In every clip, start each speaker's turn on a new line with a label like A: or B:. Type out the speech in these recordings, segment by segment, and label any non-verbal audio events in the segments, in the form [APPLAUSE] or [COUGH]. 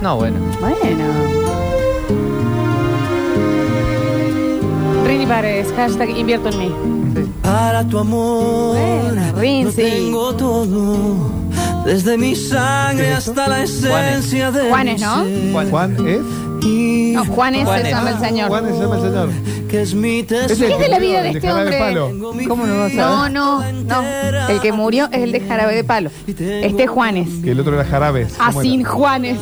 A: No, bueno.
B: Bueno. Rini Paredes, hashtag invierto en mí.
C: Para tu amor,
B: Bueno,
C: lo
B: Rinzi.
C: tengo todo. Desde mi sangre hasta la esencia de
B: Juanes,
C: mi
B: ¿no?
C: ser.
A: Juan.
D: Juan es.
C: Y
B: No, Juan es
A: Juan
B: se
A: es.
B: llama el señor.
D: Juan es, se llama el señor.
C: que es mi
D: Es
C: tesoro.
D: el
B: ¿Qué es de la vida
D: que
B: de
D: murió, el
B: este
D: Jarabe
B: hombre?
D: Palo.
A: ¿Cómo no vas
B: No, no, no. El que murió es el de Jarabe de Palo. Este es Juanes.
D: Que el otro era Jarabes. ¿Cómo
B: Asín [LAUGHS]
D: era?
B: Juanes.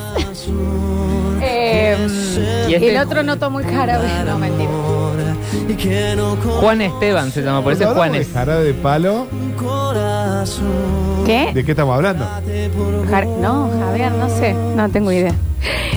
B: Em,
A: Y
B: el
A: este-
B: otro no tomó el jarabe. Eh, No, mentira.
C: Y que no con
A: Juan Esteban se llama, por eso es
D: Cuando hablamos
A: Juanes.
D: de Jarabe de palo.
C: corazón.
B: ¿Qué?
D: ¿De qué estamos hablando?
B: Jar- no, Javier, no sé. No tengo idea.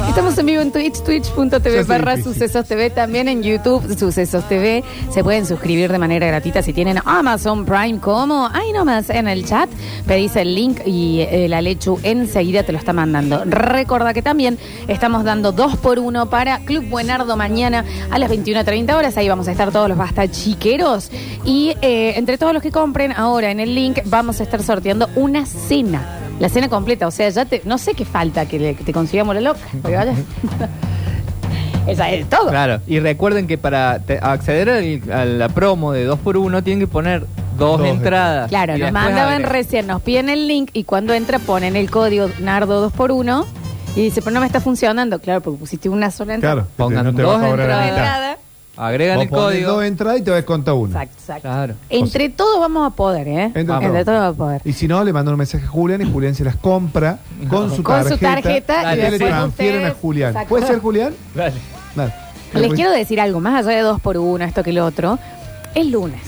B: Estamos en vivo en Twitch, twitch.tv
D: Ya sé
B: barra
D: difícil.
B: Sucesos TV, también en YouTube, Sucesos TV. Se pueden suscribir de manera gratuita si tienen Amazon Prime, como ahí nomás en el chat. Pedís el link y eh, la Lechu enseguida te lo está mandando. Recuerda que también estamos dando dos por uno para Club Buenardo mañana a las 21.30 horas. Ahí vamos a estar todos los bastachiqueros. Y eh, entre todos los que compren ahora en el link, vamos a estar sorteando una cena. La cena completa, o sea, ya te, no sé qué falta que, le- que te consigamos la loca. porque vaya. [LAUGHS] Esa es todo.
A: Claro, y recuerden que para te- acceder al- a la promo de 2x1 tienen que poner dos,
D: Dos
A: entradas.
B: Claro,
A: Y
B: nos
A: después
B: mandaban
A: abren.
B: recién, nos piden el link y cuando entra ponen el código Nardo 2x1 y dice, pero no me está funcionando. Claro, porque pusiste una sola entrada.
D: Claro.
A: Pongan
D: no te
A: dos
D: va a cobrar la
A: entradas.
D: mitad.
B: Entrada.
A: Agregan
D: Vos
A: el
D: ponés
A: código.
D: dos entradas y te desconta una.
B: Exacto, exacto.
A: Claro.
B: Entre todos vamos a poder, ¿eh?
D: Entre
B: Entre,
D: todos.
B: todos vamos a poder.
D: Y si no, le manda un mensaje a Julián y Julián se las compra con su
B: Con
D: tarjeta.
B: su tarjeta
A: y
D: y le
A: después
D: transfieren a
B: ustedes-
D: Julián.
B: Exacto.
D: ¿Puede ser Julián?
A: Dale.
D: Dale.
B: Les quiero decir algo, más allá de dos por uno, esto que lo otro. Es lunes.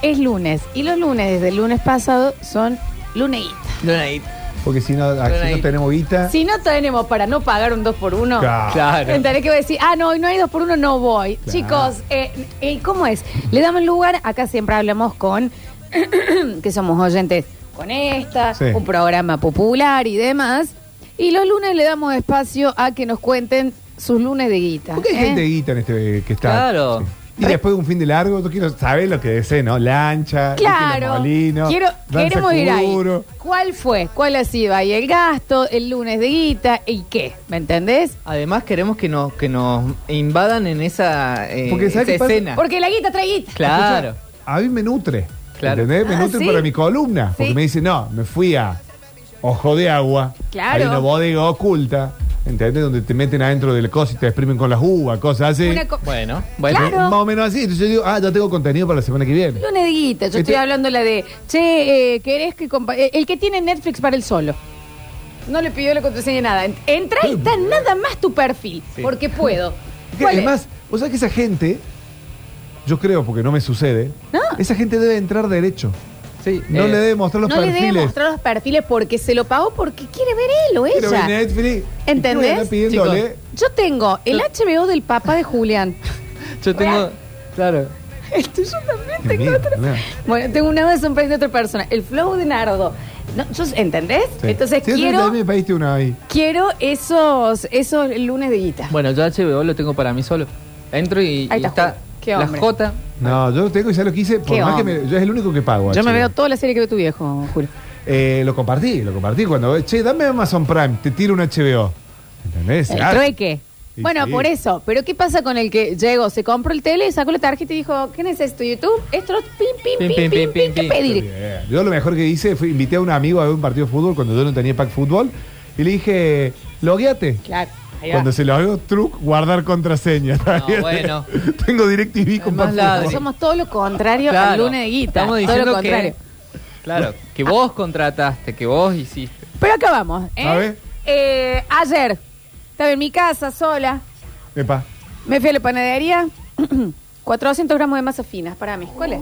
B: Es lunes. Y los lunes, desde el lunes pasado, son luneíta.
A: Donate.
D: Porque si no,
A: Ven
D: aquí
A: ahí.
D: no tenemos guita.
B: Si no tenemos para no pagar un 2 por 1
D: Claro.
A: Claro.
B: Entenderé que voy a decir, ah, no, hoy no hay 2 por 1 no voy.
D: Claro.
B: Chicos, eh, eh, ¿cómo es? Le damos lugar, acá siempre hablamos con, [CLEARS THROAT] que somos oyentes con esta,
D: Sí.
B: un programa popular y demás. Y los lunes le damos espacio a que nos cuenten sus lunes de guita.
D: ¿Por qué hay
B: ¿eh?
D: gente guita en este que está?
A: Claro.
D: Sí. Y después de un fin de largo, tú quiero saber lo que desee, ¿no? Lancha, Ike
B: Claro.
D: Lemolino,
B: Quiero,
D: danza
B: queremos ir ahí.
D: kuduro.
B: ¿Cuál fue? ¿Cuál ha sido ahí el gasto, el lunes de guita y qué? ¿Me entendés?
A: Además queremos que nos, que nos invadan en esa, eh,
D: Porque,
A: esa
D: ¿sabes qué pasa?
A: escena.
B: Porque la guita trae guita.
A: Claro.
D: A mí me nutre.
A: Claro.
D: ¿Entendés? Me
B: Ah,
D: nutre
B: ¿sí?
D: para mi columna. Porque
B: Sí.
D: me dice, no, me fui a Ojo de Agua.
B: Claro.
D: Hay una bodega oculta. ¿Entendés? Donde te meten adentro del coso y te exprimen con las uvas, cosas así. Eh,
B: Una co-
A: Bueno, bueno.
B: Claro.
D: Más o menos así. Entonces yo digo, ah, ya tengo contenido para la semana que viene.
B: Lunes de guita. Yo estoy
D: Este-
B: hablando la de, che, eh, ¿querés que compa- eh, El que tiene Netflix para el solo. No le pidió la contraseña ni nada. Ent- Entra y está nada más tu perfil.
A: Sí.
B: Porque puedo.
D: Que,
B: ¿Cuál es?
D: además, vos sabés que esa gente, yo creo porque no me sucede,
B: No.
D: esa gente debe entrar derecho.
A: Sí,
D: No
A: eh,
D: le debe mostrar los
B: no le debe
D: perfiles.
B: mostrar los perfiles porque se lo pagó porque quiere ver él o
D: Quiero ver
B: ella.
D: Netflix.
B: ¿Entendés?
D: Voy a andar pidiéndole-
A: Chicos.
B: Yo tengo el HBO del papá de Julián.
A: Yo tengo. Claro.
B: [LAUGHS] El tuyo también
D: Dios
B: tengo
D: mío,
B: otro.
D: claro.
B: Bueno, tengo una de Sunrise de otra persona. El flow de Nardo. No, yo- ¿Entendés?
D: Sí.
B: Entonces
D: Sí,
B: quiero,
D: también me pediste una ahí.
B: quiero esos, esos lunes de guita.
A: Bueno, yo HBO lo tengo para mí solo. Entro y,
B: Ahí
A: y
B: está
A: está
B: Julio. Qué
A: la
B: hombre.
A: J.
D: No, yo lo tengo y ya lo quise. Por
B: Qué
D: más que
B: hombre.
D: me- yo es el único que pago.
B: Yo me
D: HBO.
B: veo toda la serie que ve tu viejo, Julio.
D: Eh, lo compartí, lo compartí cuando. Che, dame Amazon Prime, te tiro un HBO. ¿Entendés?
B: El
D: Ah,
B: Eh, trueque.
D: Sí,
B: bueno,
D: sí.
B: por eso. Pero ¿qué pasa con el que llegó, se compró el tele, sacó la tarjeta y dijo, ¿qué necesito? YouTube, esto, lo- pim, pim, pim, pim, pim, ¿qué
A: pim.
D: qué
B: pedir?
D: bien. Yo lo mejor que hice fue invité a un amigo a ver un partido de fútbol cuando yo no tenía pack fútbol y le dije, logueate.
B: Claro. ahí va.
D: Cuando se lo hago, truc, guardar contraseña. [LAUGHS]
A: bueno.
D: Tengo DirecTV con
A: Es más
D: Pack
A: ladri.
D: Fútbol.
B: Somos todo lo contrario al
A: Claro.
B: lunes de guita.
A: Estamos
B: todo lo
A: diciendo
B: contrario.
A: que. Claro, que vos contrataste, que vos hiciste.
B: Pero acá vamos. ¿eh?
D: A ver.
B: Eh, ayer estaba en mi casa sola,
D: Epa.
B: me fui a la panadería, [CLEARS THROAT] 400 gramos de masa finas para mí. ¿Cuál es?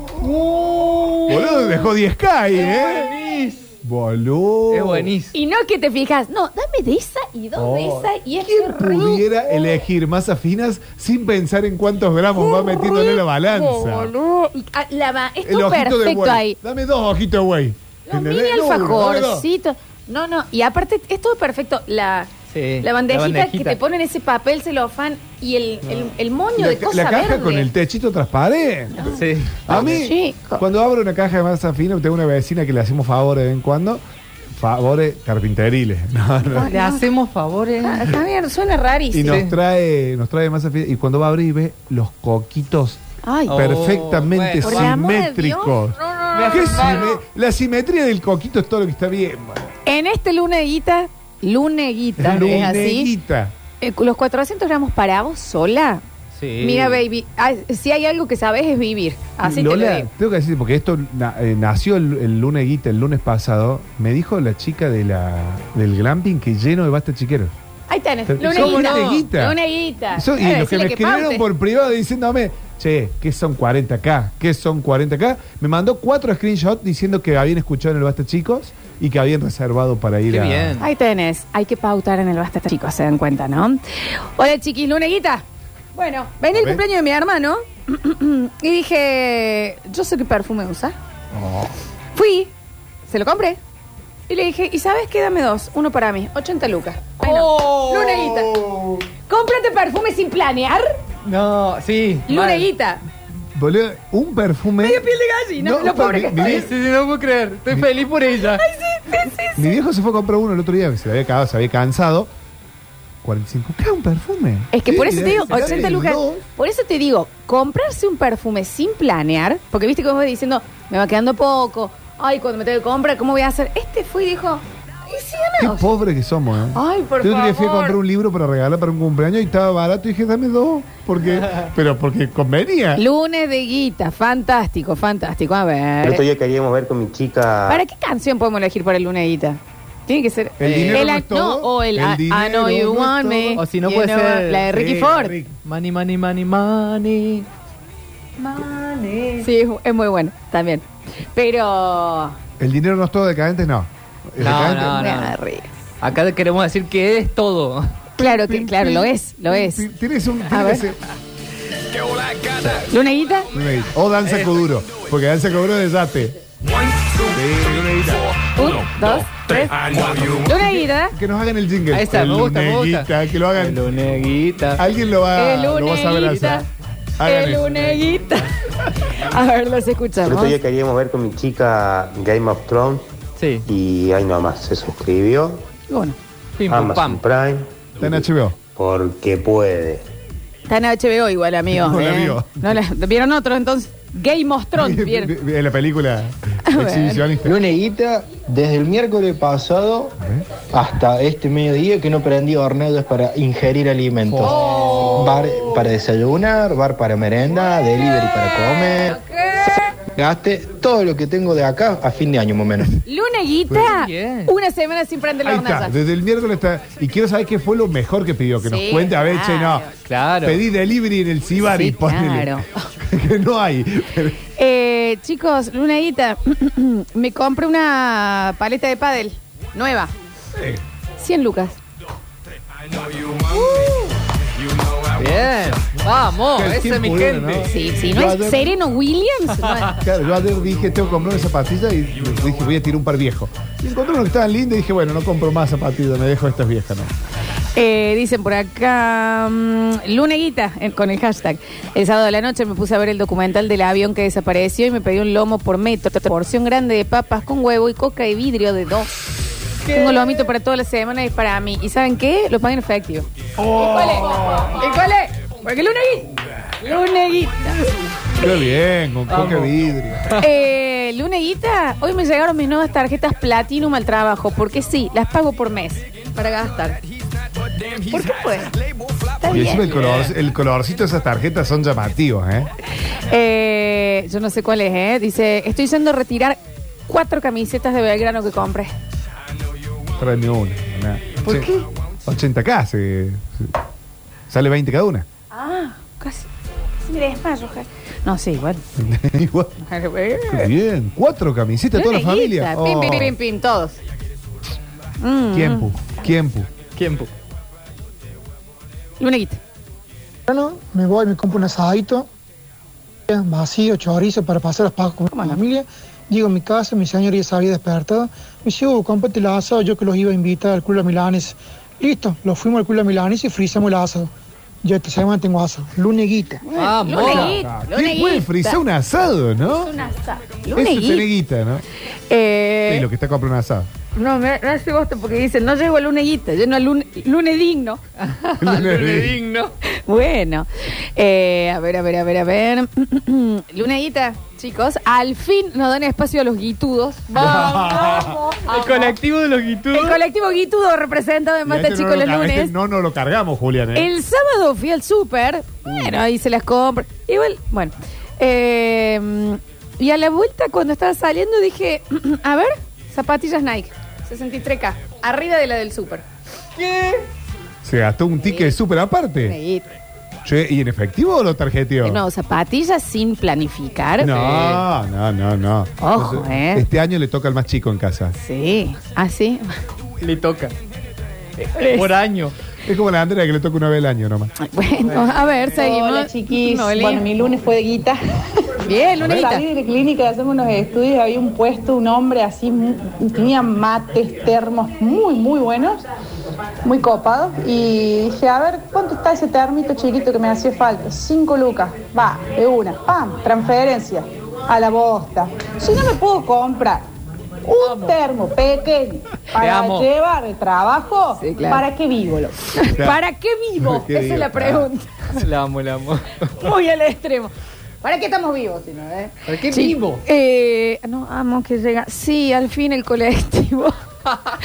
D: Boludo, dejó 10 k ahí, ¿eh?
A: Es
D: Boludo.
A: buenísimo.
B: Y no que te fijas, no, dame de esa y dos de
D: Oh,
B: esa y es
D: ¿Quién pudiera elegir masas finas sin pensar en cuántos gramos va metiéndole la balanza?
B: boludo. Y, ah, la ba-
D: El
B: Estuvo
D: ojito de
B: perfecto ahí.
D: güey. Dame dos ojitos de güey.
B: Los mini
D: ¿Entendés? No, uno, dame
B: alfajorcitos. No, no, y aparte es todo perfecto. La,
A: Sí,
B: la, bandejita
A: la bandejita.
B: que te ponen ese papel celofán y el, el, el moño
D: dos.
B: de
D: La,
B: cosa
D: la caja
B: verde.
D: con el techito transparente.
A: Sí.
D: A mí,
B: Chico.
D: cuando abro una caja de masa fina, tengo una vecina que le hacemos favor de vez en cuando. favores carpinteriles. [LAUGHS] No, no.
B: Ah,
A: Le hacemos favores.
B: Ah, Está bien, suena
D: Y
B: rarísimo.
D: nos trae, nos trae masa fina. Y cuando va a abrir, ve los coquitos
B: Ay,
A: Oh,
D: perfectamente
A: bueno.
B: por el amor de
D: simétricos.
B: Dios. No, no, no,
D: ¿Qué
A: Me
B: no, no.
D: sime- La simetría del coquito es todo lo que está bien. man.
B: En este luneguita, luneguita, es así.
D: Luneguita.
B: eh, los 400 gramos para vos sola.
A: Sí.
B: Mira, baby, ay, si hay algo que sabes es vivir. Así te lo
D: Lola,
B: digo.
D: tengo que decir, porque esto na- eh, nació el, el luneguita el lunes pasado. Me dijo la chica de la, del glamping que lleno de basta chiqueros.
B: Ahí tenés,
D: Pero-
B: luneguita.
D: ¿Cómo no?
B: Luneguita.
D: Eso-
B: Eh,
D: y los que
B: decirle
D: me escribieron
B: paute.
D: por privado diciéndome, che, ¿qué son 40K? ¿Qué son 40K? Me mandó cuatro screenshots diciendo que habían escuchado en el Basta Chicos y que habían reservado para ir
A: Qué
D: a.
A: bien.
B: Ahí tenés, hay que pautar en el basta, chicos, se dan cuenta, ¿no? Hola, chiquis, luneguita. Bueno, venía el
D: A ver.
B: cumpleaños de mi hermano [CLEARS THROAT] y dije, yo sé qué perfume usa.
D: Oh.
B: Fui, se lo compré y le dije, ¿y sabes qué? Dame dos, uno para mí, 80 lucas. Bueno,
A: ¡Oh!
B: luneguita. Cómprate perfume sin planear,
A: No, sí. mal.
B: luneguita.
D: Boludo, un perfume.
B: Medio piel de gallina, lo pobre que
D: mi,
A: Sí,
D: vie-
A: sí, sí, no puedo creer. Estoy
B: Mm.
A: feliz por ella.
D: mi viejo se fue a comprar uno el otro día que se le había acabado, se había cansado. 45K, un perfume.
B: Es que por
D: Sí,
B: eso te digo,
D: se
B: 80
D: sale
B: lucas.
D: dos.
B: Por eso te digo, comprarse un perfume sin planear, porque viste que vos vas diciendo, me va quedando poco, ay, cuando me tengo que comprar, ¿cómo voy a hacer? Este fue y dijo, y sí,
D: Qué
B: dame dos.
D: pobre que somos, ¿eh?
B: Ay, por
D: Yo otro día fui a
B: favor.
D: comprar un libro para regalar para un cumpleaños y estaba barato y dije, dame dos.
A: [LAUGHS]
D: Porque, pero porque convenía.
B: Lunes de guita, fantástico, fantástico. A
E: El otro
B: ver.
E: día queríamos ver con mi chica.
B: ¿Para qué canción podemos elegir para el lunes de guita? Tiene que ser.
D: El dinero no
B: I-
D: es todo,
B: o el,
D: el
B: I- I,
D: dinero
B: know you
D: no es
B: want
D: todo.
B: me.
A: O si no
B: you
A: puede
B: know,
A: ser-
B: La de Ricky
D: Sí,
B: Ford.
D: Ricky.
A: Money, money, money, money.
B: Sí, es- es muy bueno también. Pero.
D: El dinero no es todo decadentes, no. El
A: No,
D: decadente-
A: no,
B: me agarré.
A: Acá queremos decir que es todo.
B: Claro que,
D: Pim,
B: claro,
D: pim,
B: lo es, lo
D: pim,
B: es.
D: pim. Tienes un.
B: A
D: tienes
B: ver.
D: ese-
B: ¿Luneguita?
D: una guita. O
A: Eh.
D: danza coduro. Porque danza coduro es de yate. Sí, una guita.
B: Uno, dos, tres. Luneguita.
D: Que nos hagan el jingle.
A: Ahí está,
D: El
A: me gusta, me gusta.
D: luneguita, Que lo hagan.
A: Luneguita.
D: Alguien lo va,
B: El
D: Ah, lo va a saber
B: luneguita.
D: hacer. Hagan
B: El
D: eso.
B: luneguita. [LAUGHS] A ver, los
E: El
B: escuchamos.
E: otro día queríamos ver con mi chica Game of Thrones
A: Sí.
E: y ahí nomás se suscribió.
B: Bueno,
A: Pim, pum, pam.
E: Amazon Prime.
D: Está en HBO.
E: Porque puede.
B: está en HBO igual, amigo.
D: No la
B: ¿eh?
D: vio.
B: No la- ¿Vieron otro entonces? Game of
D: [LAUGHS]
B: Thrones, ¿vieron?
D: En la
B: [LAUGHS]
D: película
B: ver.
D: exhibicionista.
F: Luneguita, desde el miércoles pasado hasta este mediodía que no prendí horneos para ingerir alimentos.
B: Oh.
F: Bar para desayunar, bar para merenda, delivery para comer. Gaste todo lo que tengo de acá a fin de año, más o menos.
B: Luneguita,
A: Bien.
B: una semana sin prender la
D: Pues Ahí está,
B: hornalla.
D: desde el miércoles está. Y quiero saber qué fue lo mejor que pidió, que nos
B: Sí,
D: cuente. A ver, che, no.
B: claro.
A: Claro.
D: Pedí delivery en el Cibari,
B: Sí,
D: ponele.
B: claro.
D: [LAUGHS] que no hay. Pero-
B: Eh, chicos, Luneguita, [CLEARS THROAT] me compré una paleta de pádel nueva. 100 lucas.
A: Bien. Vamos,
D: El
A: esa es mi
D: tiempo era,
A: gente.
D: ¿no?
B: Sí, sí, no es Sereno Williams. no es-
D: Claro, yo ayer dije, tengo que comprar una zapatilla y dije, voy a tirar un par viejo. Y encontré uno que estaba lindo y dije, bueno, no compro más zapatillas, me dejo estas viejas, ¿no?
B: Eh, dicen por acá, mm, Luneguita, eh, con el hashtag. El sábado de la noche me puse a ver el documental del avión que desapareció y me pedí un lomo por metro, porción grande de papas con huevo y coca de vidrio de dos. Tengo lomito para toda la semana y para mí. ¿Y saben qué? Lo pagué en efectivo. ¿Y cuál es? ¿Y cuál es? Porque Luneguita. Luneguita.
D: Qué bien, con coca de vidrio. [LAUGHS]
B: Eh, Luneguita, hoy me llegaron mis nuevas tarjetas Platinum al trabajo, porque sí, las pago por mes para gastar. ¿Por qué puedo? Está
D: Y
B: bien.
D: encima el, color, el colorcito de esas tarjetas son llamativos, ¿eh?
B: Eh, yo no sé cuál es, ¿eh? Dice, estoy yendo a retirar cuatro camisetas de Belgrano que compré.
D: Tráeme una. una.
B: ¿Por
D: Sí.
B: qué?
D: 80k, se- se- sale 20 cada una. [LAUGHS]
B: Ah, casi. Sí, mira, es más, Roger. No, sí, bueno.
D: Igual. Qué bien, cuatro camisetas, toda la familia.
B: Pim,
D: Oh.
B: pim, pim, pim, todos.
D: Tiempo, tiempo.
A: Tiempo.
B: Luneguita.
G: Bueno, me voy, me compro un asadito, vacío, chorizo para pasar las pajas con mi familia. Llego a mi casa, mi señor ya se había despertado. Me dice, oh, cómprate el asado, yo que los iba a invitar al Club de Milanes. Listo, los fuimos al Club de Milanes y frizamos el asado. Yo esta semana tengo asado, luneguita.
A: Vamos.
B: Luneguita.
D: Ah, ¿Quién
B: Luneguita.
D: puede frizar un asado, no?
B: Un asado.
D: Eso es
B: Luneguita.
D: teneguita, ¿no?
B: Eh, [LAUGHS]
D: Y lo que está comprando un asado.
B: No, me, me hace bosta porque dicen, no llego al lunes guita, lleno al lun- lunes digno.
A: Lunes digno.
B: [LAUGHS] Bueno, eh, a ver, a ver, a ver, a ver. [CLEARS THROAT] Luneguita, chicos, al fin nos dan espacio a los guitudos. Vamos, Ah, vamos,
A: El
B: vamos.
A: colectivo de los guitudos.
B: El colectivo guitudo representado en
D: Y a
B: Basta
D: este
B: Chico
D: no lo
B: los
D: car- a este
B: lunes.
D: no nos lo cargamos, Julián. ¿eh? Uh.
B: El sábado fui al súper, bueno, ahí se las compro. Igual, bueno. eh, y a la vuelta, cuando estaba saliendo, dije, [CLEARS THROAT] a ver, zapatillas Nike, 63K, arriba de la del súper.
D: Se gastó un ticket súper aparte.
B: Luneguita.
D: Che, ¿Y en efectivo o lo tarjeteó?
B: Eh, No, zapatillas sin planificar.
D: No, no, no, no.
B: Ojo,
D: Entonces,
B: ¿eh?
D: Este año le toca al más chico en casa.
B: Sí, [LAUGHS] así.
A: Le toca. Por año.
D: Es como la Andrea que le toca una vez al año nomás.
B: Bueno, a ver, seguimos.
H: Hola chiquis,
B: Noli.
H: bueno mi lunes fue de guita.
B: Bien, Lunita.
H: Salí de la clínica de hacerme unos estudios, había un puesto, un hombre así, mu- tenía mates, termos muy, muy buenos, muy copados. Y dije, a ver, ¿cuánto está ese termito chiquito que me hacía falta? Cinco lucas, va, de una, pam, transferencia, a la bosta. Si no me puedo comprar un termo pequeño para
A: amo. [LAUGHS]
H: llevar de trabajo,
B: Sí, claro.
H: ¿para qué vivo? loco?
B: ¿Para qué vivo?
D: [LAUGHS] ¿Qué
B: Esa
D: digo?
B: es la pregunta.
A: La amo, la amo.
B: Muy al extremo. ¿Para qué estamos vivos? si no, eh?
A: ¿Para qué
B: Sí.
A: vivo?
B: Eh, no, amo que llega. Sí, al fin el colectivo.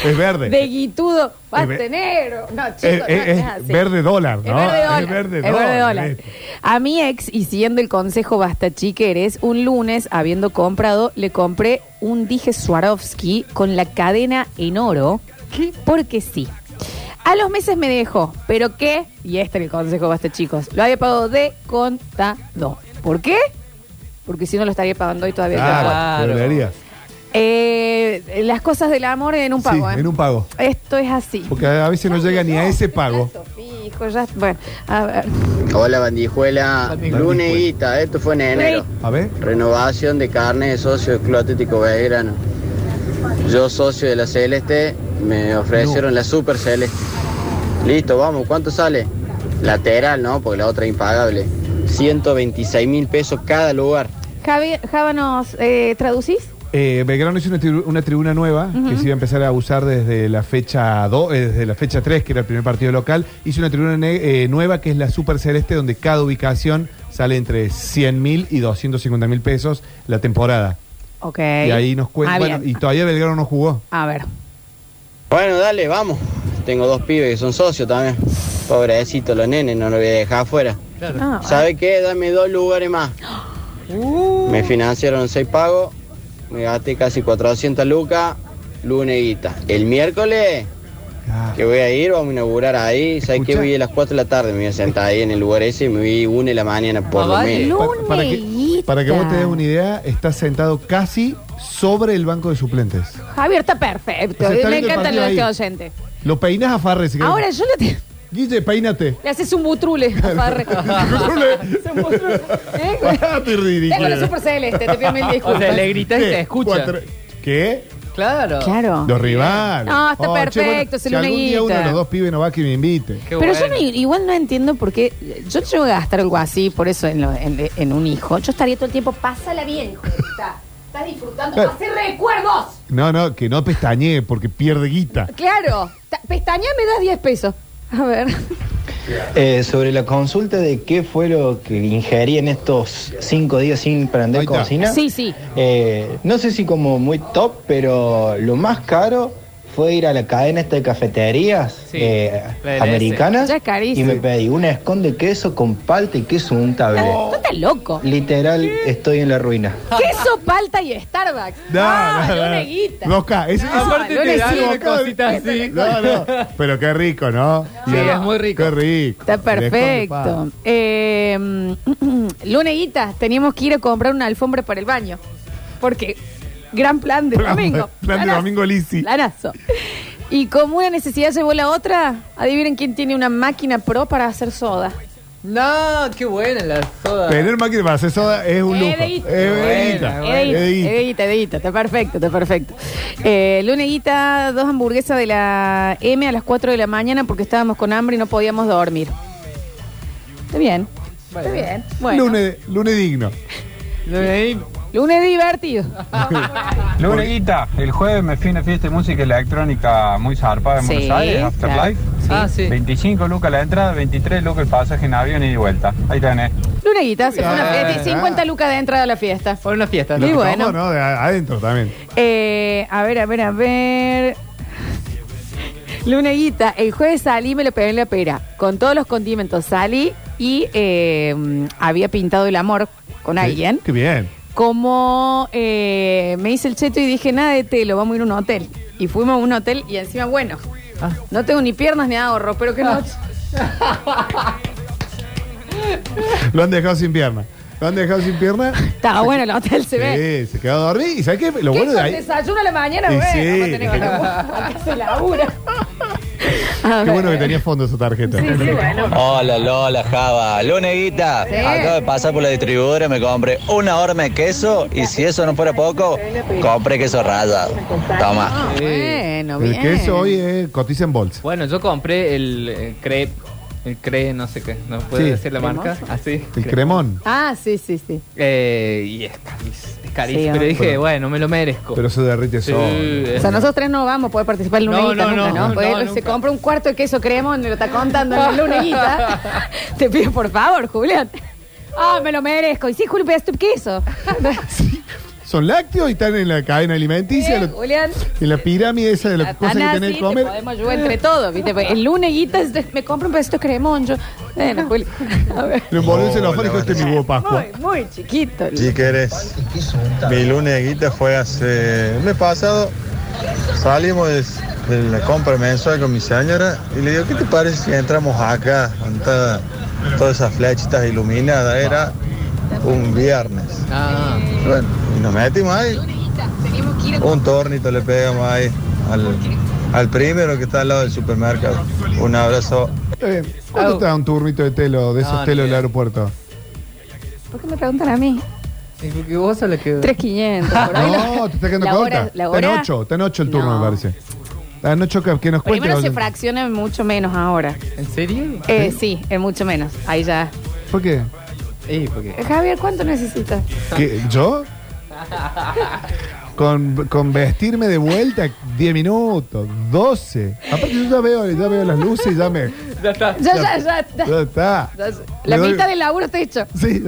D: Es
B: [LAUGHS]
D: verde.
B: De guitudo.
D: Es
B: Basta
D: ve-
B: negro. No, chicos,
D: Ah, Es-
B: no,
D: es-
B: no
D: es
B: así.
D: verde dólar, ¿no?
B: Es verde
D: Es
B: dólar.
D: verde
B: es verde
D: dólar.
B: dólar. A mi ex, y siguiendo el consejo basta chiqueres, un lunes, habiendo comprado, le compré un dije Swarovski con la cadena en oro. Porque sí. A los meses me dejó, pero ¿qué? Y este era el consejo basta chicos. Lo había pagado de contado. ¿Por qué? Porque si no lo estaría pagando hoy todavía.
D: Claro,
A: Claro.
D: lo deberías.
B: Eh, las cosas del amor en un pago.
D: Sí,
B: ¿eh?
D: en un pago.
B: Esto es así.
D: Porque a veces no llega ni a ese pago.
B: Gasto fijo, ya- bueno, a ver.
I: Hola bandijuela,
D: Bandijuela.
I: luneguita, esto fue en enero.
D: A ver.
I: Renovación de carne de socio de Club Atlético Belgrano. Yo socio de la Celeste, me ofrecieron la Super Celeste. Listo, vamos, ¿cuánto sale? Lateral, ¿no? Porque la otra es impagable. 126 mil pesos cada lugar.
B: Javi, Java, ¿nos eh, traducís?
D: Eh, Belgrano hizo una, tribu- una tribuna nueva que se iba a empezar a usar desde la fecha 2, desde la fecha 3, que era el primer partido local. Hizo una tribuna ne- eh, nueva que es la Super Celeste, donde cada ubicación sale entre 100 mil y 250 mil pesos la temporada.
B: Ok.
D: Y ahí nos cuenta.
B: Ah,
D: bueno,
B: bien.
D: y todavía Belgrano no jugó.
B: A ver.
I: Bueno, dale, vamos. Tengo dos pibes que son socios también. Pobrecito los nenes, no los voy a dejar afuera.
B: Ah,
I: ¿Sabe qué? Dame dos lugares más.
B: Uh,
I: Me financiaron seis pagos, me gasté casi 400 lucas, luneguita. El miércoles
D: Ah,
I: que voy a ir, vamos a inaugurar ahí. ¿Sabe qué?
D: Escucha.
I: Voy a las 4 de la tarde, me voy a sentar ahí en el lugar ese y me voy a una de la mañana por
A: Ah,
I: lo
A: vale.
I: menos.
D: Eh, pa- que,
B: Luneguita.
D: para que vos te des una idea, estás sentado casi sobre el banco de suplentes.
B: Javier está perfecto.
D: O sea, Pues está
B: Me
D: viendo el
B: encanta lo
D: partido
B: de este
D: ahí.
B: oyente.
D: Lo peinas a Farre si querés.
B: Ahora yo le, te- [LAUGHS]
D: Guille, peínate.
B: le haces un butrule a Farre.
D: [LAUGHS]
B: Es [LAUGHS] un butrule. ¿Eh?
D: Parate, ridículo.
B: Tengo la super celeste, te pido
D: [LAUGHS]
B: mil
A: O sea,
B: disculpas.
A: le gritas y
D: ¿Qué?
A: te escucha.
D: Cuatro- ¿qué?
A: Claro.
B: Claro.
D: Los rivales.
B: No, está
D: Oh, che, bueno,
B: perfecto, se
D: Si
B: lo
D: algún día
B: neguita.
D: uno de los dos pibes no va, que me invite.
A: Qué
B: Pero yo
A: bueno.
B: no- igual no entiendo por qué. Yo llego a gastar algo así, por eso en, lo- en- en un hijo. Yo estaría todo el tiempo, pásala bien, Justa. Estás disfrutando,
D: Claro.
B: hacer recuerdos.
D: No, no, que no pestañee porque pierde guita.
B: Claro. Ta- Pestaña me das 10 pesos. A ver.
F: Eh, sobre la consulta de qué fue lo que ingerí en estos cinco días sin
D: Ahí
F: prender
D: está.
F: cocina.
B: Sí, sí.
F: Eh, no sé si como muy top, pero lo más caro fue ir a la cadena esta de cafeterías
A: Sí,
F: eh,
A: la de la
F: americanas
B: S. Ya es carísimo.
F: y me pedí una esconde queso con palta y queso untable.
B: Tú estás loco.
F: Literal, estoy en la ruina.
B: Queso, palta y Starbucks.
D: No,
B: [LAUGHS] ah,
D: no, no.
B: una guita.
D: Dos K. Ese- ese-
A: Aparte te dan una cosita así.
D: No, no. Pero qué rico, ¿no?
A: Sí, es muy rico.
D: Qué rico.
B: Está perfecto. Eh, [CLEARS THROAT] Luneguita, teníamos que ir a comprar una alfombra para el baño. Porque gran plan de
D: [LAUGHS] Plan-
B: domingo.
D: plan de
B: Planazo.
D: domingo lisi.
B: Planazo. Y como una necesidad llevó la otra, adivinen quién tiene una máquina pro para hacer soda.
A: No, qué buena la soda.
D: Tener máquina para hacer soda es un lujo.
B: Edeguita.
D: Es
A: Bueno,
D: guita.
A: bueno.
B: Edeguita,
D: Es guita.
B: Edeguita, Edeguita, está perfecto, está perfecto. Eh, Luneguita, dos hamburguesas de la M a las 4 de la mañana porque estábamos con hambre y no podíamos dormir. Está bien. Está bien. Bueno.
D: Lunes, lunes digno.
A: Lunes,
B: Lunes divertido.
I: Ah,
J: Luneguita, el jueves me fui a una fiesta de música electrónica muy zarpada en
B: Sí,
J: Buenos Aires,
B: claro.
J: Afterlife.
A: Ah, sí.
J: 25 lucas la entrada, 23 lucas el pasaje en avión y de vuelta. Ahí tenés.
B: Luneguita, se fue a una
D: Bien,
B: fiesta y 50 lucas de entrada a la fiesta.
A: Fue una fiesta. ¿no?
B: Lo que- bueno.
D: No, no, de a- adentro también.
B: Eh, a ver, a ver, a ver. [LAUGHS] Luneguita, el jueves salí y me lo pegué en la pera. Con todos los condimentos salí y eh, había pintado el amor con alguien.
D: Qué bien.
B: Como eh, me hice el cheto y dije, nada de telo, vamos a ir a un hotel. Y fuimos a un hotel y encima, bueno,
A: Ah.
B: no tengo ni piernas ni ahorro, pero que no.
D: Ah. Lo han dejado sin pierna. Lo han dejado sin pierna.
B: Estaba bueno el hotel, [LAUGHS] se ve.
D: Sí, se quedó dormido. ¿Y sabes qué? Lo
B: ¿Qué
D: bueno de
B: hizo el
D: ahí.
B: desayuno a la mañana,
D: Y
B: güey?
D: sí.
B: Vamos a tener que [LAUGHS] laburar, porque se labura. A
D: Qué bueno que
B: ver.
D: tenía fondo esa tarjeta.
B: Sí, sí, bueno.
I: Hola Lola Java, Luneguita,
B: Sí.
I: acabo de pasar por la distribuidora y me compré una horma de queso y si eso no fuera poco, compré queso rallado. Toma.
B: Ah, Bueno,
D: El
B: bien.
D: queso hoy eh, cotiza en bolsa.
A: Bueno, yo compré el, eh, crepe, el crepe, no sé qué, no puedo
D: Sí.
A: decir la marca,
B: Cremoso.
A: así.
D: El
A: crepe.
D: cremón.
B: Ah, sí, sí, sí.
A: Eh, y es carísimo, es carísimo.
B: Sí,
A: pero
B: ah.
A: dije,
D: Pero-
A: bueno, me lo merezco.
D: Pero se derrite
A: Sí,
D: solo.
A: eh.
B: O sea, nosotros tres no vamos a poder participar en Luneguita
A: No, no,
B: nunca, ¿no?
A: no,
B: Porque
A: no,
B: se
A: nunca.
B: compra un cuarto de queso cremón y lo está contando en
A: [LAUGHS]
B: la Luneguita. Te pido por favor, Julián. Ah, me lo merezco. Y sí, Juli, pedaste tu queso. [LAUGHS]
D: Son lácteos y están en la cadena alimenticia.
B: Bien,
D: lo-
B: Julián.
D: en la pirámide esa de las cosas que
B: Tan
D: tenés
B: así
D: que
B: Te
D: comer.
B: podemos ayudar entre todos, ¿viste? Porque el Luneguita es de- me compro un pedacito de cremón. Yo, bueno, Juli. A ver.
D: Lo envolvió en
J: Hola,
A: Oh,
D: celofán y dijo,
J: hola.
D: este es mi huevo de Pascua.
B: Muy, muy chiquito.
J: Chiqueres, mi luneguita fue hace el mes pasado. Salimos de, de la compra mensual con mi señora y le digo, ¿qué te parece si entramos acá? donde está todas esas flechitas iluminadas. Era un viernes.
A: Ah,
J: Bueno, y nos metimos ahí. Un tornito le pegamos ahí al, al primero que está al lado del supermercado. Un abrazo.
D: Eh, ¿Cuánto
A: Au.
D: te da un turnito de telo, de esos
A: No, ni
D: telos del
A: idea.
D: aeropuerto?
B: ¿Por qué me preguntan a mí?
A: y porque vos sos la que...
B: 3.500. por ahí.
D: No, te está quedando
B: La hora-
D: corta.
B: la
D: Está en
B: hora-
D: 8, está en 8 el turno,
B: No.
D: me parece. Está en 8 que nos cuente.
B: Primero se
D: Valentín.
B: fracciona en mucho menos ahora.
A: ¿En serio?
B: Eh, sí, en mucho menos. Ahí ya.
D: ¿Por qué?
A: Eh, porque...
B: Eh, Javier, ¿cuánto
D: [LAUGHS]
B: necesitas?
D: ¿Qué,
B: [LAUGHS]
D: ¿Yo? Con, con vestirme de vuelta 10 minutos, 12. Aparte yo ya veo, ya veo las luces y ya me...
A: Ya está.
B: [LAUGHS] Ya, ya, ya. ya,
D: Ya está.
B: ya. La
D: Me doy-
B: mitad del laburo está hecho.
D: Sí.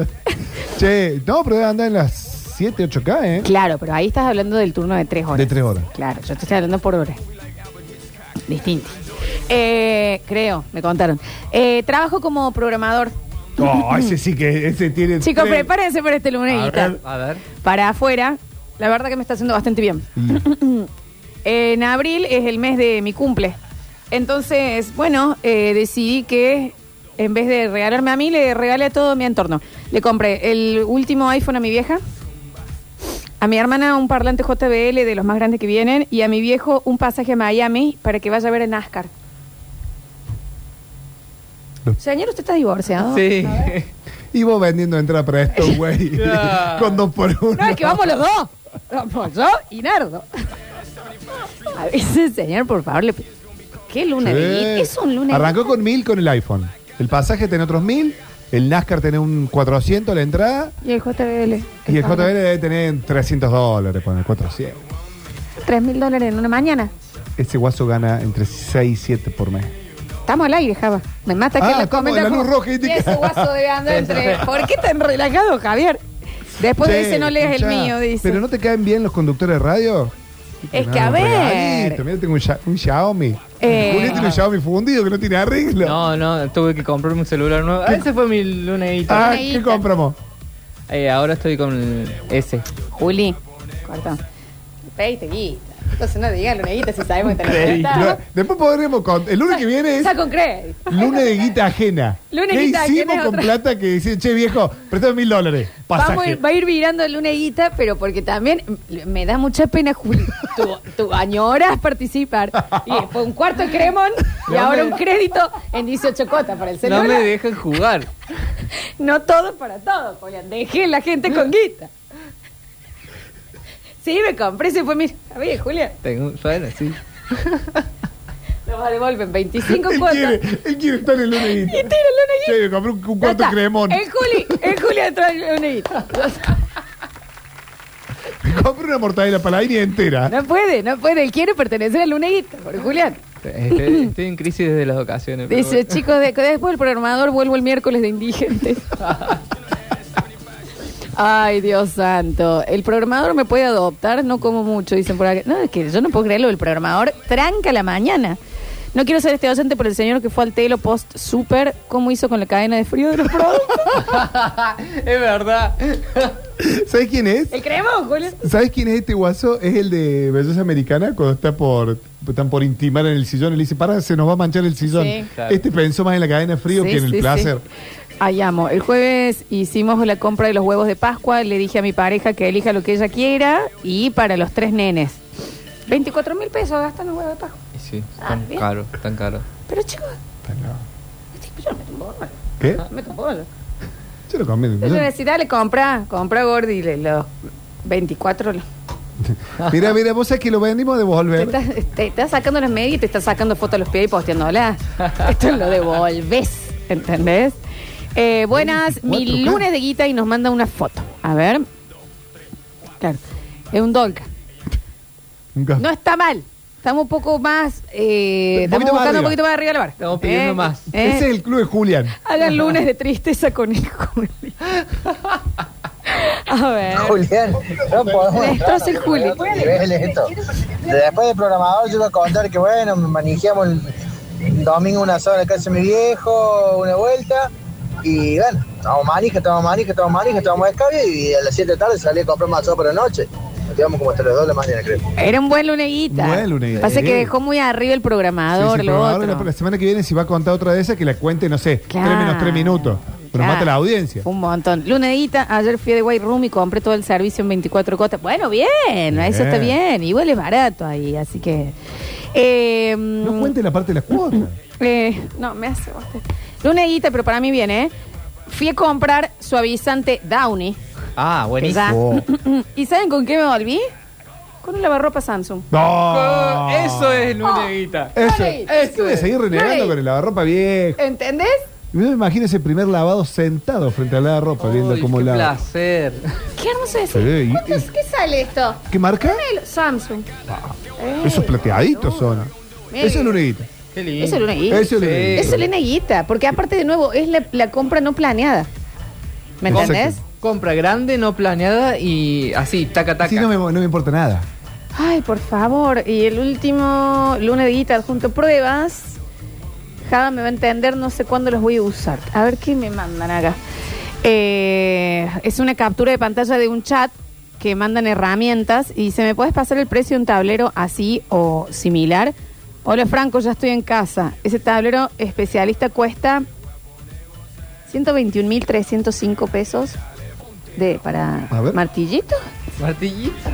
D: Che, no, pero debe andar en las 7, 8K, ¿eh?
B: Claro, pero ahí estás hablando del turno de tres horas.
D: De tres horas.
B: Claro, yo te estoy hablando por hora. Distinto. Eh, creo, me contaron. Eh, trabajo como programador.
D: Oh, ese sí que, ese tiene...
B: Chicos,
D: tres-
B: prepárense para este
D: A
B: luneguita.
D: ver.
A: A ver.
B: Para afuera, la verdad que me está haciendo bastante bien.
D: Mm.
B: [LAUGHS] En abril es el mes de mi cumple. Entonces, bueno, eh, decidí que en vez de regalarme a mí, le regalé a todo mi entorno. Le compré el último iPhone a mi vieja, a mi hermana un parlante JBL de los más grandes que vienen y a mi viejo un pasaje a Miami para que vaya a ver el NASCAR. Señor, usted está divorciado.
A: Sí.
D: Y vos vendiendo entrada
B: [LAUGHS]
D: para esto, güey.
A: Ya.
D: Con dos por uno.
B: No, es que vamos los dos. Vamos yo y Nardo. A veces, señor, por favor, le... ¿Qué luna?
D: Sí.
B: de- Es un luna. de-
D: Arrancó con mil con el iPhone. El pasaje tiene otros mil. El NASCAR tiene un 400 la entrada.
B: Y el JBL.
D: Y el JBL debe tener 300 dólares, poner 400.
B: 3 mil dólares en una mañana.
D: Ese guaso gana entre 6 y 7 por mes.
B: Estamos al aire, Java. Me mata que
D: Ah,
B: en los
D: estamos en
B: comentarios
D: la luz
B: como,
D: roja, ¿viste?
B: "Y ese guaso debe
D: [LAUGHS]
B: andar entre. ¿Por qué tan relajado, Javier? Después
D: Che,
B: dice, no lees el
D: escuchá,
B: mío, dice.
D: Pero no te caen bien los conductores de radio.
B: Es
D: No,
B: que a ver.
D: regalito. Mira, tengo un, Xia- un Xiaomi.
B: Eh.
D: Julián tiene un Xiaomi fundido que no tiene arreglo.
A: [LAUGHS] No, no, tuve que comprarme un celular nuevo. Ah, ese fue mi luneguita.
D: Ah,
B: Ahí
D: ¿qué
B: está.
D: compramos?
A: Eh, ahora estoy con el ese.
B: Juli, corta. Pediste guita. Entonces no digas luneguita si sabemos que te
A: Crédito.
B: lo
D: Lo- después podremos. con- el lunes que viene es.
B: Está con crédito.
D: Lunes de guita ajena.
B: Lunes de
D: ¿Qué
B: guita ajena
D: hicimos
B: es
D: con
B: otra-
D: plata que decían, che, viejo, prestame mil dólares? Pasaje.
B: Vamos a ir- va a ir virando el luneguita, pero porque también me da mucha pena, Juli. Tú, tú añoras participar.
A: [LAUGHS]
B: Y fue un cuarto de cremón y
A: No
B: ahora
A: me-
B: un crédito en 18 cuotas para el
A: No
B: celular.
A: me dejan jugar.
B: No todo para todo, Julián. Dejé la gente con guita. Sí, me compré, se fue mi... A ver, Julián,
A: Tengo un suena, sí.
B: nos
A: [LAUGHS]
B: devuelven 25
D: él,
B: cuotas.
D: quiere, él quiere estar en el lunes de
B: Y tira
D: guita.
B: el luneguita.
D: Che, me compré un, un
B: Ya
D: cuarto
B: está.
A: [LAUGHS]
D: cremón.
B: El Juli, el Juli entró el luneguita.
D: compra una mortadela palaini entera.
B: No puede, no puede. Él quiere pertenecer a Luneguita, por Julián.
A: Estoy, estoy en crisis desde las ocasiones. pero
B: Dice,
A: bueno.
B: chicos, de- después del programador vuelvo el miércoles de indigentes. Ay, Dios santo. El programador me puede adoptar, no como mucho, dicen por acá. No, es que yo no puedo creerlo. El programador tranca la mañana. No quiero ser este docente por el señor que fue al Telo Post Super, cómo hizo con la cadena de frío de los productos.
A: Es verdad.
D: ¿Sabes quién es?
B: El cremo, Julián.
D: ¿Sabes quién es este guaso? Es el de Belleza Americana cuando está por están por intimar en el sillón y le dice, para, se nos va a manchar el sillón.
B: Sí.
A: Claro.
D: Este pensó más en la cadena de frío
B: Sí,
D: que en el
B: sí,
D: placer.
B: sí. Ay, amo. El jueves hicimos la compra de los huevos de Pascua. Le dije a mi pareja que elija lo que ella quiera y para los tres nenes. 24 mil pesos gastan los huevos de Pascua.
A: Y Sí,
B: Ah,
A: tan
B: bien.
A: caro, tan caro.
B: Pero chicos,
D: Pero,
B: yo no meto un bolo.
D: ¿Qué?
B: No meto un bolo.
D: Yo lo comí.
B: Yo le decía, dale, compra, compra Gordi. Le, los 24. lo-
D: Mira, mira, vos sabés que lo vendimos a
B: Te
D: devolver.
B: estás, te estás sacando las medias y te estás sacando fotos a los pies y posteándolas. Esto lo devolves, ¿entendés? Eh, buenas, mi
D: 24K.
B: lunes de guita y nos manda una foto. A ver. Claro, es un dolca.
D: Nunca.
B: No está mal. Estamos un poco más. eh,
D: Un
B: estamos
D: poquito más
B: buscando
D: arriba.
B: un poquito más arriba del bar.
A: Estamos pidiendo más.
B: ¿Eh?
D: Ese es el club de Julián.
B: Hagan lunes de tristeza con el Juli. A ver.
I: [LAUGHS] Julián, no podemos
B: Destroza el Juli.
I: niveles esto. Después del programador yo iba a contar que bueno, me manejamos el domingo una sola en la casa de mi viejo, una vuelta, y bueno, tomamos manija, tomamos manija, tomamos manija, tomamos escabio y a las 7 de la tarde salí a comprar más sopa para la noche. Nos quedamos como hasta las 2 de la mañana, creo.
B: Era un buen luneguita.
D: Buen luneguita.
B: Pasa
D: Sí.
B: que dejó muy arriba el programador,
D: Sí, sí,
B: lo
D: pero ahora
B: otro.
D: la, la semana que viene, si va a contar otra de esas, que la cuente, no sé, tres
B: Claro.
D: menos tres minutos. Pero
B: Claro.
D: mata la audiencia.
B: Un montón. Lunedita, ayer fui de White Room y compré todo el servicio en 24 cotas. Bueno, bien, eso está bien. Igual es barato ahí, así que. eh,
D: No cuente la parte de las
B: [LAUGHS]
D: cuotas.
B: eh, no, me hace. boste. Lunedita, pero para mí bien, ¿eh? Fui a comprar suavizante Downy.
A: Ah,
B: que
A: buenísimo.
B: ya-
D: Oh.
B: [LAUGHS] ¿Y saben con qué me volví? Con un lavarropa Samsung.
D: ¡No!
A: Oh, Eso es luneguita.
D: Eso,
B: Dale.
D: es que voy a seguir renegando
B: Dale.
D: con el lavarropa viejo.
B: ¿Entendés?
D: Yo me imagino ese primer lavado sentado frente a la ropa, viendo
A: Ay,
D: cómo
A: qué
D: la.
A: placer.
B: Qué hermoso es.
D: Sí, y-
B: ¿Cuánto es- ¿Qué sale esto?
D: ¿Qué marca?
B: Samsung.
D: Esos
B: eh,
D: plateaditos son.
B: Mira.
D: Eso es luneguita.
A: Qué lindo.
B: Eso es luneguita.
D: Eso es luneguita.
B: Eso le neguita, porque aparte de nuevo es la, la compra no planeada. ¿Me
D: Exacto.
B: entendés?
A: Compra grande, no planeada y así, taca, taca.
D: Así no me, no me importa nada.
B: Ay, por favor. Y el último lunes de guita junto pruebas. Java me va a entender, no sé cuándo los voy a usar. A ver qué me mandan acá. Eh, es una captura de pantalla de un chat que mandan herramientas y se me puedes pasar el precio de un tablero así o similar. Hola Franco, ya estoy en casa. Ese tablero especialista cuesta 121.305 pesos de para
D: A ver.
B: martillito.
A: Martillita.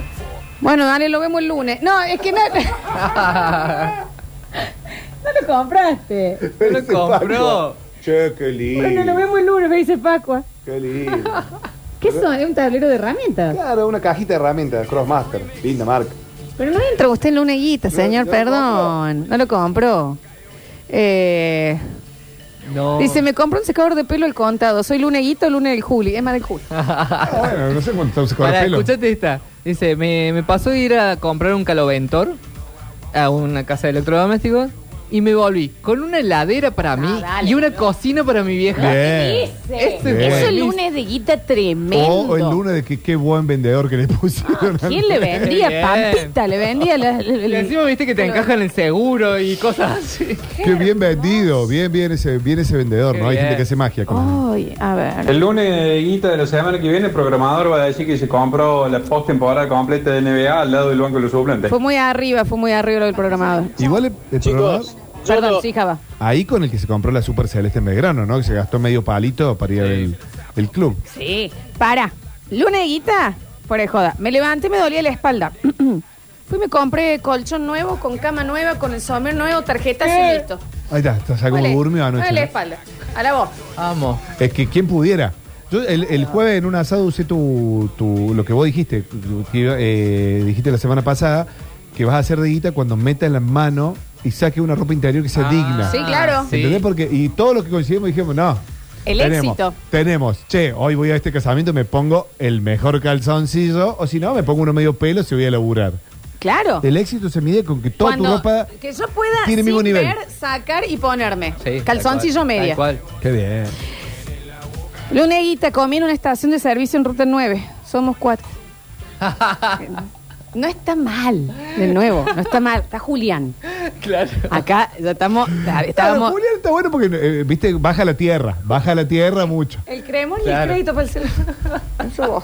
B: Bueno, dale, lo vemos el lunes. No, es que no. [LAUGHS] no lo compraste.
A: No lo compró.
D: Che, qué lindo.
B: Bueno, lo vemos el lunes, me dice Paco. [LAUGHS]
D: Qué lindo.
B: ¿Qué son? Es un tablero de herramientas.
D: Claro, una cajita de herramientas, Crossmaster. Linda marca.
B: Pero no entra usted en luneguita, señor,
D: no lo
B: perdón. No lo compró. Eh,
A: No. [LAUGHS]
B: Dice, me compró un secador de pelo al contado. Soy luneguito, lunes del Juli. Es más del Juli.
D: Ah, bueno, no sé cuánto se corre
A: Pará,
D: pelo.
A: escuchate esta. Dice, me, me pasó de ir a comprar un caloventor a una casa de electrodomésticos y me volví con una heladera para mí
B: Ah, dale,
A: y una cocina para mi vieja.
D: Bien.
A: Eso es
D: Bien.
B: Eso es
A: buenísimo.
B: lunes de guita tremendo.
D: O el lunes de que qué buen vendedor que le [LAUGHS] pusieron. al-
B: Ah, ¿Quién le vendía?
A: Bien.
B: Pampita, le vendía. la- la- la-
A: Y encima viste que te encajan el seguro y cosas así.
D: Qué bien vendido, bien, bien ese, bien ese vendedor,
A: Qué
D: ¿no? Hay
A: bien.
D: gente que hace magia con él.
B: Ay, a ver.
K: El lunes de guita de la semana que viene, el programador va a decir que se compró la postemporada completa de NBA al lado del banco de los suplentes.
B: Fue muy arriba, fue muy arriba lo del programador.
D: Igual el, el programador-
B: Perdón, sí, Java.
D: ahí con el que se compró la Super Celeste en Belgrano, ¿no? Que se gastó medio palito para ir al el club.
B: Sí. Para. Luneguita, por de joda. Me levanté, me dolía la espalda. [CLEARS THROAT] Fui, me compré colchón nuevo, con cama nueva, con el somer nuevo, tarjetas y listo.
D: Ahí está, está algo
B: ¿Cuál es?
D: durmió anoche.
B: ¿Cuál es la
D: ¿no?
B: espalda. A la voz.
A: Vamos.
D: Es que quien pudiera. Yo el, el jueves en un asado usé tu, tu- lo que vos dijiste, que, eh, dijiste la semana pasada, que vas a hacer de guita cuando metas la
A: Ah,
D: mano y saques una ropa interior que sea digna.
B: Sí, claro.
A: sí.
D: ¿Entendés? Porque, y todos los que coincidimos dijimos, no,
B: El
D: tenemos,
B: éxito.
D: Tenemos, che, hoy voy a este casamiento, me pongo el mejor calzoncillo, o si no, me pongo uno medio pelo si voy a laburar.
B: Claro.
D: El éxito se mide con que toda tu
B: Cuando-
D: ropa.
B: que yo pueda
D: tiene el mismo
B: sin
D: nivel.
B: ver, sacar y ponerme.
A: Sí,
B: Calzoncillo
A: tal cual,
B: media.
A: tal cual.
D: Qué bien.
B: Luneguita comí en una estación de servicio en ruta 9. Somos
A: [LAUGHS]
B: cuatro. No está mal, de nuevo, no está mal. Está Julián.
A: Claro.
B: Acá ya estamos. ya
D: Claro,
B: Estábamos.
D: Julián está bueno porque, eh, viste, baja la tierra, baja la
B: [LAUGHS]
D: tierra mucho.
B: El cremón y el
A: Claro.
B: crédito para el celular. Eso vos.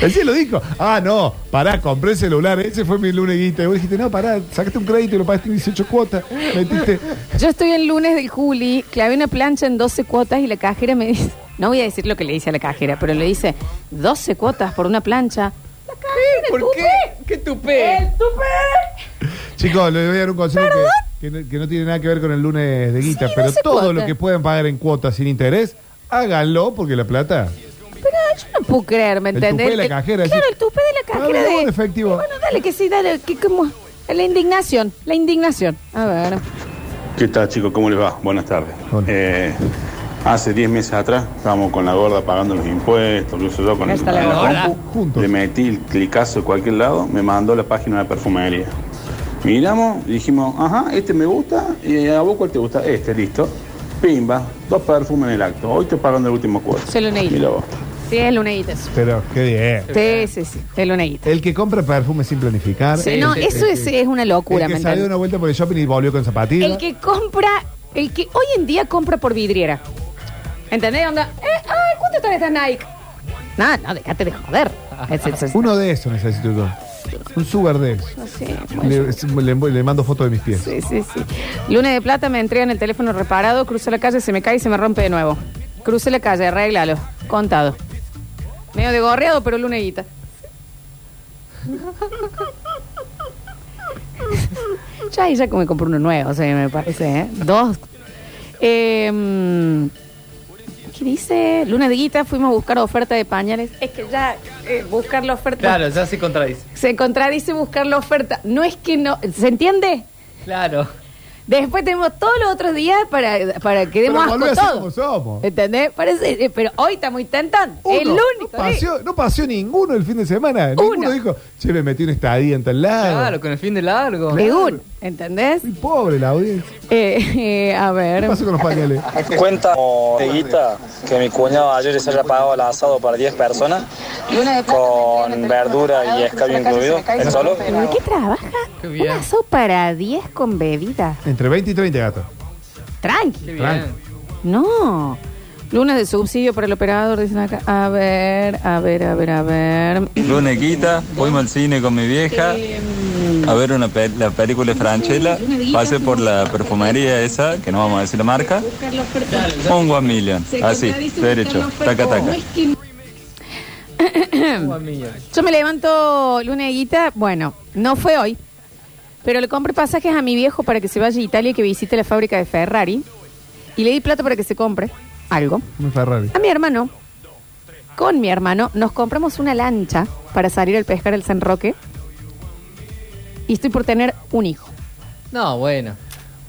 D: Él sí lo dijo. Ah, no, pará, compré el celular, ese fue mi luneguita. Y vos dijiste, no, pará, sacaste un crédito y lo pagaste en 18 cuotas. Metiste.
B: Yo estoy el lunes del Juli, clavé una plancha en 12 cuotas y la cajera me dice, no voy a decir lo que le dice a la cajera, pero le dice 12 cuotas por una plancha. La cajera,
A: ¿Por
B: ¿tupé?
A: qué? ¿Qué tupé?
B: ¡El tupé!
D: Chicos, les voy a dar un consejo que, que no, que no tiene nada que ver con el lunes de guita,
B: Sí,
D: pero
B: no se
D: todo
B: cuota.
D: lo que puedan pagar en cuotas sin interés, háganlo porque la plata.
B: Pero yo no puedo creer, ¿me
D: El
B: entendés?
D: tupé de la cajera,
B: Claro,
D: sí.
B: el tupé de la cajera
D: Ah,
B: de...
D: bueno, efectivo.
B: Bueno, dale, que sí, dale, que como... La indignación, la indignación. A ver.
L: ¿Qué tal chicos? ¿Cómo les va? Buenas tardes.
D: Hola.
L: Eh, hace 10 meses atrás estábamos con la gorda pagando los impuestos, qué sé yo, con
B: Ahí está la
L: en
A: gorda.
L: compu.
D: Juntos.
L: Le metí el clicazo de cualquier lado, me mandó la página de la perfumería. Miramos, dijimos, ajá, este me gusta, y a vos cuál te gusta, este, listo. Pimba, dos perfumes en el acto. Hoy estoy pagando el último cuarto.
B: Se lo neí.
L: Mira vos.
B: Sí, es luneguita eso.
D: Pero qué bien.
B: Sí, sí, sí, es luneguita.
D: El que compra perfume sin planificar.
B: Sí, no,
A: sí,
B: eso
A: sí,
B: es,
A: sí.
B: es una locura,
D: el
B: ¿me
D: que salió
B: entendés?
D: una vuelta por el shopping y volvió con zapatillas.
B: El que compra, el que hoy en día compra por vidriera. ¿Entendés? Onda, eh, ay, ¿cuánto están estas Nike? No, no, dejate de joder. Es- es- es-
D: Uno de esos necesito yo. Un sugar de esos.
B: no sé, bueno,
D: Le, le- le mando fotos de mis pies.
B: sí, sí, sí. Lunes de plata me entregan el teléfono reparado, cruzo la calle, se me cae y se me rompe de nuevo. Crucé la calle, arréglalo. Contado. Medio de gorreado, pero luneguita. ya ahí ya me compré uno nuevo, o sea, me parece, ¿eh? Dos. Eh, ¿Qué dice? Luna de Guita, fuimos a buscar oferta de pañales. Es que ya eh, buscar la oferta.
A: Claro, ya se contradice.
B: Se contradice buscar la oferta. No es que no. ¿Se entiende?
A: Claro.
B: Después tenemos todos los otros días para, para que demos
D: Pero volvé
B: asco
D: a ser
B: todo.
D: como somos.
B: ¿Entendés? Parece, eh, pero hoy está muy tentante.
D: Uno.
B: el
D: No
B: lunes.
D: paseó, no paseó ninguno el fin de semana. Ninguno
B: Uno.
D: dijo, che, me metí una estadía en tal lado.
A: Claro, con el fin de largo.
B: De uno, ¿entendés?
D: Muy pobre la audiencia.
B: Eh, eh, a
D: ¿Qué
B: ver.
D: pasó con los pañales?
I: Cuenta Teguita que mi cuñado ayer se haya pagado el asado para 10 personas con verdura y escabio incluido, él solo.
B: ¿De qué trabaja?
A: Qué bien.
B: Un asado para 10 con bebida.
D: Entre 20 y 30 gatos.
A: Qué
B: Tranqui.
A: bien.
B: No. Lunes de subsidio para el operador, dicen acá. A ver, a ver, a ver, a ver.
J: Luneguita, fuimos al cine con mi vieja a ver una pe- la película Franchella. Pasé por la perfumería esa, que no vamos a decir la marca. Un one million, así, Ah, derecho, taca taca.
A: Uva mía.
B: Yo me levanto luneguita, bueno, no fue hoy, pero le compré pasajes a mi viejo para que se vaya a Italia y que visite la fábrica de Ferrari. Y le di plata para que se compre algo.
D: Un Ferrari.
B: A mi hermano, con mi hermano, nos compramos una lancha para salir al pescar el San Roque. Y estoy por tener un hijo.
A: No, bueno.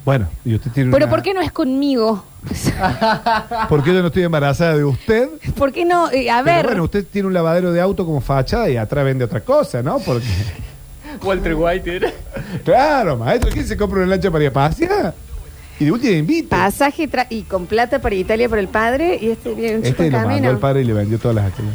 D: Bueno, y usted tiene
B: Pero
D: una-
B: ¿por qué no es conmigo? [LAUGHS]
D: ¿Por qué yo no estoy embarazada de usted?
B: ¿Por qué no? Eh, a
D: Pero
B: ver.
D: bueno, usted tiene un lavadero de auto como fachada y atrás vende otra cosa, ¿no?
B: [LAUGHS]
D: Porque,
A: Walter White era.
D: claro, maestro, ¿quién se compra una lancha para ir a pasear? Y de última invita.
B: Pasaje tra- y con plata para Italia por el padre y este viene un chico
D: Este
B: en
D: lo mandó
B: camino.
D: el padre y le vendió todas las acciones.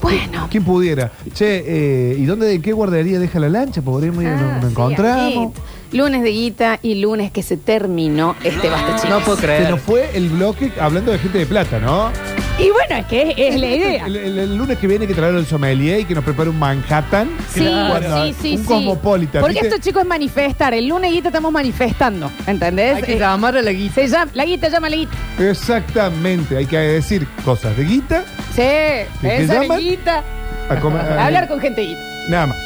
B: Bueno,
D: ¿Quién pudiera? Che, eh, ¿y dónde, en qué guardería deja la lancha? Podríamos ir,
B: Ah,
D: nos, nos
B: sí,
D: encontramos.
B: amiguito. Lunes de guita y lunes que se terminó este basta chicos.
A: No puedo
D: Se
A: creer.
D: nos fue el bloque hablando de gente de plata, ¿no?
B: Y bueno, es que es, es la
D: [LAUGHS]
B: idea.
D: El, el- el lunes que viene que traer el sommelier y que nos prepare un Manhattan.
B: Sí,
D: Cuando-
B: sí, sí,
D: un
B: sí.
D: cosmopolitan,
B: Porque
D: ¿viste?
B: esto, chicos, es manifestar. El lunes guita estamos manifestando. ¿Entendés?
A: Hay que
B: Eh,
A: llamar a la guita.
B: se llama, la guita llama a la guita.
D: Exactamente, hay que decir cosas de guita,
B: Sí,
D: te
B: esa
D: llaman?
B: guita.
D: a comer-
B: [LAUGHS] Hablar con gente guita.
D: Nada más.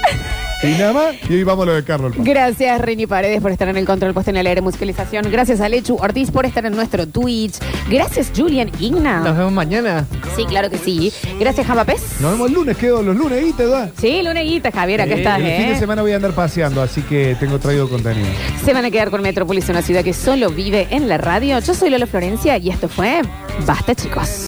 D: Y nada más, y hoy vamos a lo de Carlos.
B: Gracias, Rini Paredes, por estar en el control puesto en el aire musicalización. Gracias a Lechu Ortiz por estar en nuestro Twitch. Gracias, Julian Igna.
A: Nos vemos mañana.
B: Sí, claro que sí. Gracias, Jamba Pez.
D: Nos vemos el lunes, quedo los lunes, ¿y te da?
B: Sí, luneguita, Javier, acá estás,
D: El fin de
B: ¿eh?
D: semana voy a andar paseando, así que tengo traído contenido.
B: Se van a quedar con Metrópolis, una ciudad que solo vive en la radio. Yo soy Lola Florencia y esto fue Basta, chicos.